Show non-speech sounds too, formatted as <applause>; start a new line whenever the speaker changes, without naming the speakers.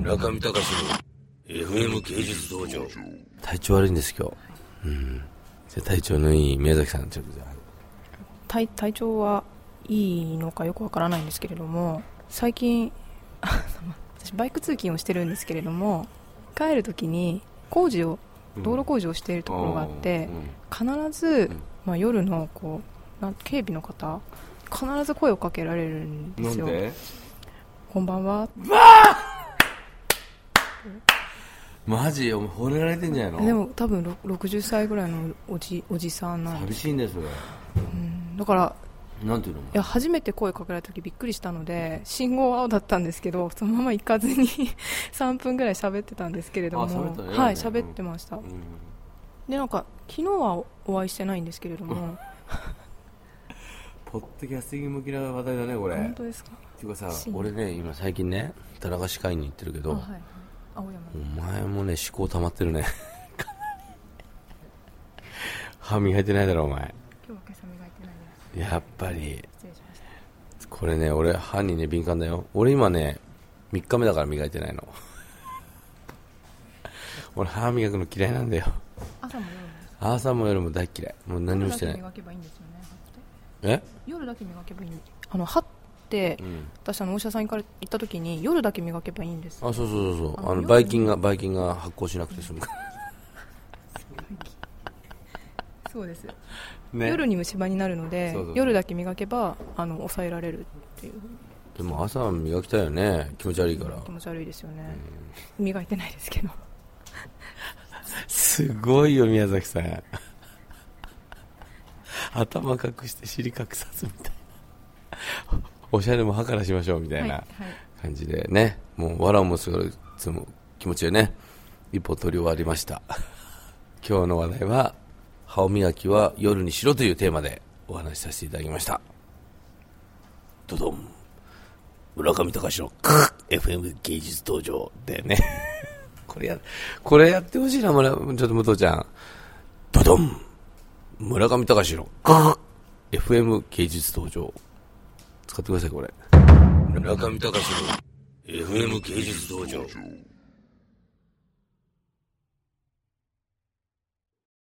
中見隆の FM 芸術道場
体調悪いんです今日うんじゃあ体調のいい宮崎さんちょっとじゃあ
体体調はいいのかよくわからないんですけれども最近あ私バイク通勤をしてるんですけれども帰るときに工事を道路工事をしているところがあって、必ず、まあ、夜のこうなん警備の方必ず声をかけられるん
う
で
ん
すよこんばんは
マジお前惚れられてんじゃないの
でも多分ろ60歳ぐらいのおじおじさんなんで
寂
す
しいんですね
だから
なんていうの
いや初めて声かけられた時びっくりしたので信号青だったんです
<laughs>
けどそのまま行かずに <laughs> 3分ぐらい喋ってたんですけれども
あ喋ったね
はい喋ってました、
うん
でなんか昨日はおお会いしてないんですけれども、
ポッドキャスティング向きな話題だねこれ
本当ですか
ていうかさ
深夜
俺ね今最近ね田中歯科医に行ってるけど、
あはい青山
お前もね思考溜まってるね <laughs> かなり歯磨いてないだろお前
今日は今朝磨いてないです
やっぱり
失礼しました
これね俺歯にね敏感だよ俺今ね3日目だから磨いてないの <laughs> 俺歯磨くの嫌いなんだよ
朝も夜もです
朝も夜も大嫌いもう何もしてない
夜だけ磨けばいいんですよね歯って
え
夜だけ磨けばいいんあの歯って、
うん
私あのお医者さんに行かれ行った時に夜だけ磨けばいいんです
あそうそうそうそうあ
あ
の
夜
ばい菌がばい菌が発酵しなくて済むから
そうです
ね
夜に虫歯になるので
そうそうそう
夜だけ磨けばあの抑えられるっていう
でも朝は磨きたいよね気持ち悪いから
気持ち悪いですよね、 <laughs> 磨いてないですけど
<laughs> すごいよ、宮崎さん。 <laughs> 頭隠して尻隠さずみたいな。おしゃれも歯からしましょうみたい
は
ない感じでね。もう、わらをもすがるつも気持ちでね、一歩取り終わりました。 <laughs> 今日の話題は、歯を磨きは夜にしろというテーマでお話しさせていただきました。ドドン。村上隆のクッ FM 芸術道場でね。 <laughs> これや、これやってほしいな、村、ちょっと武藤ちゃん。ドドン村上隆のクッ FM 芸術道場。使ってください、これ。
中見隆の FM 芸術道場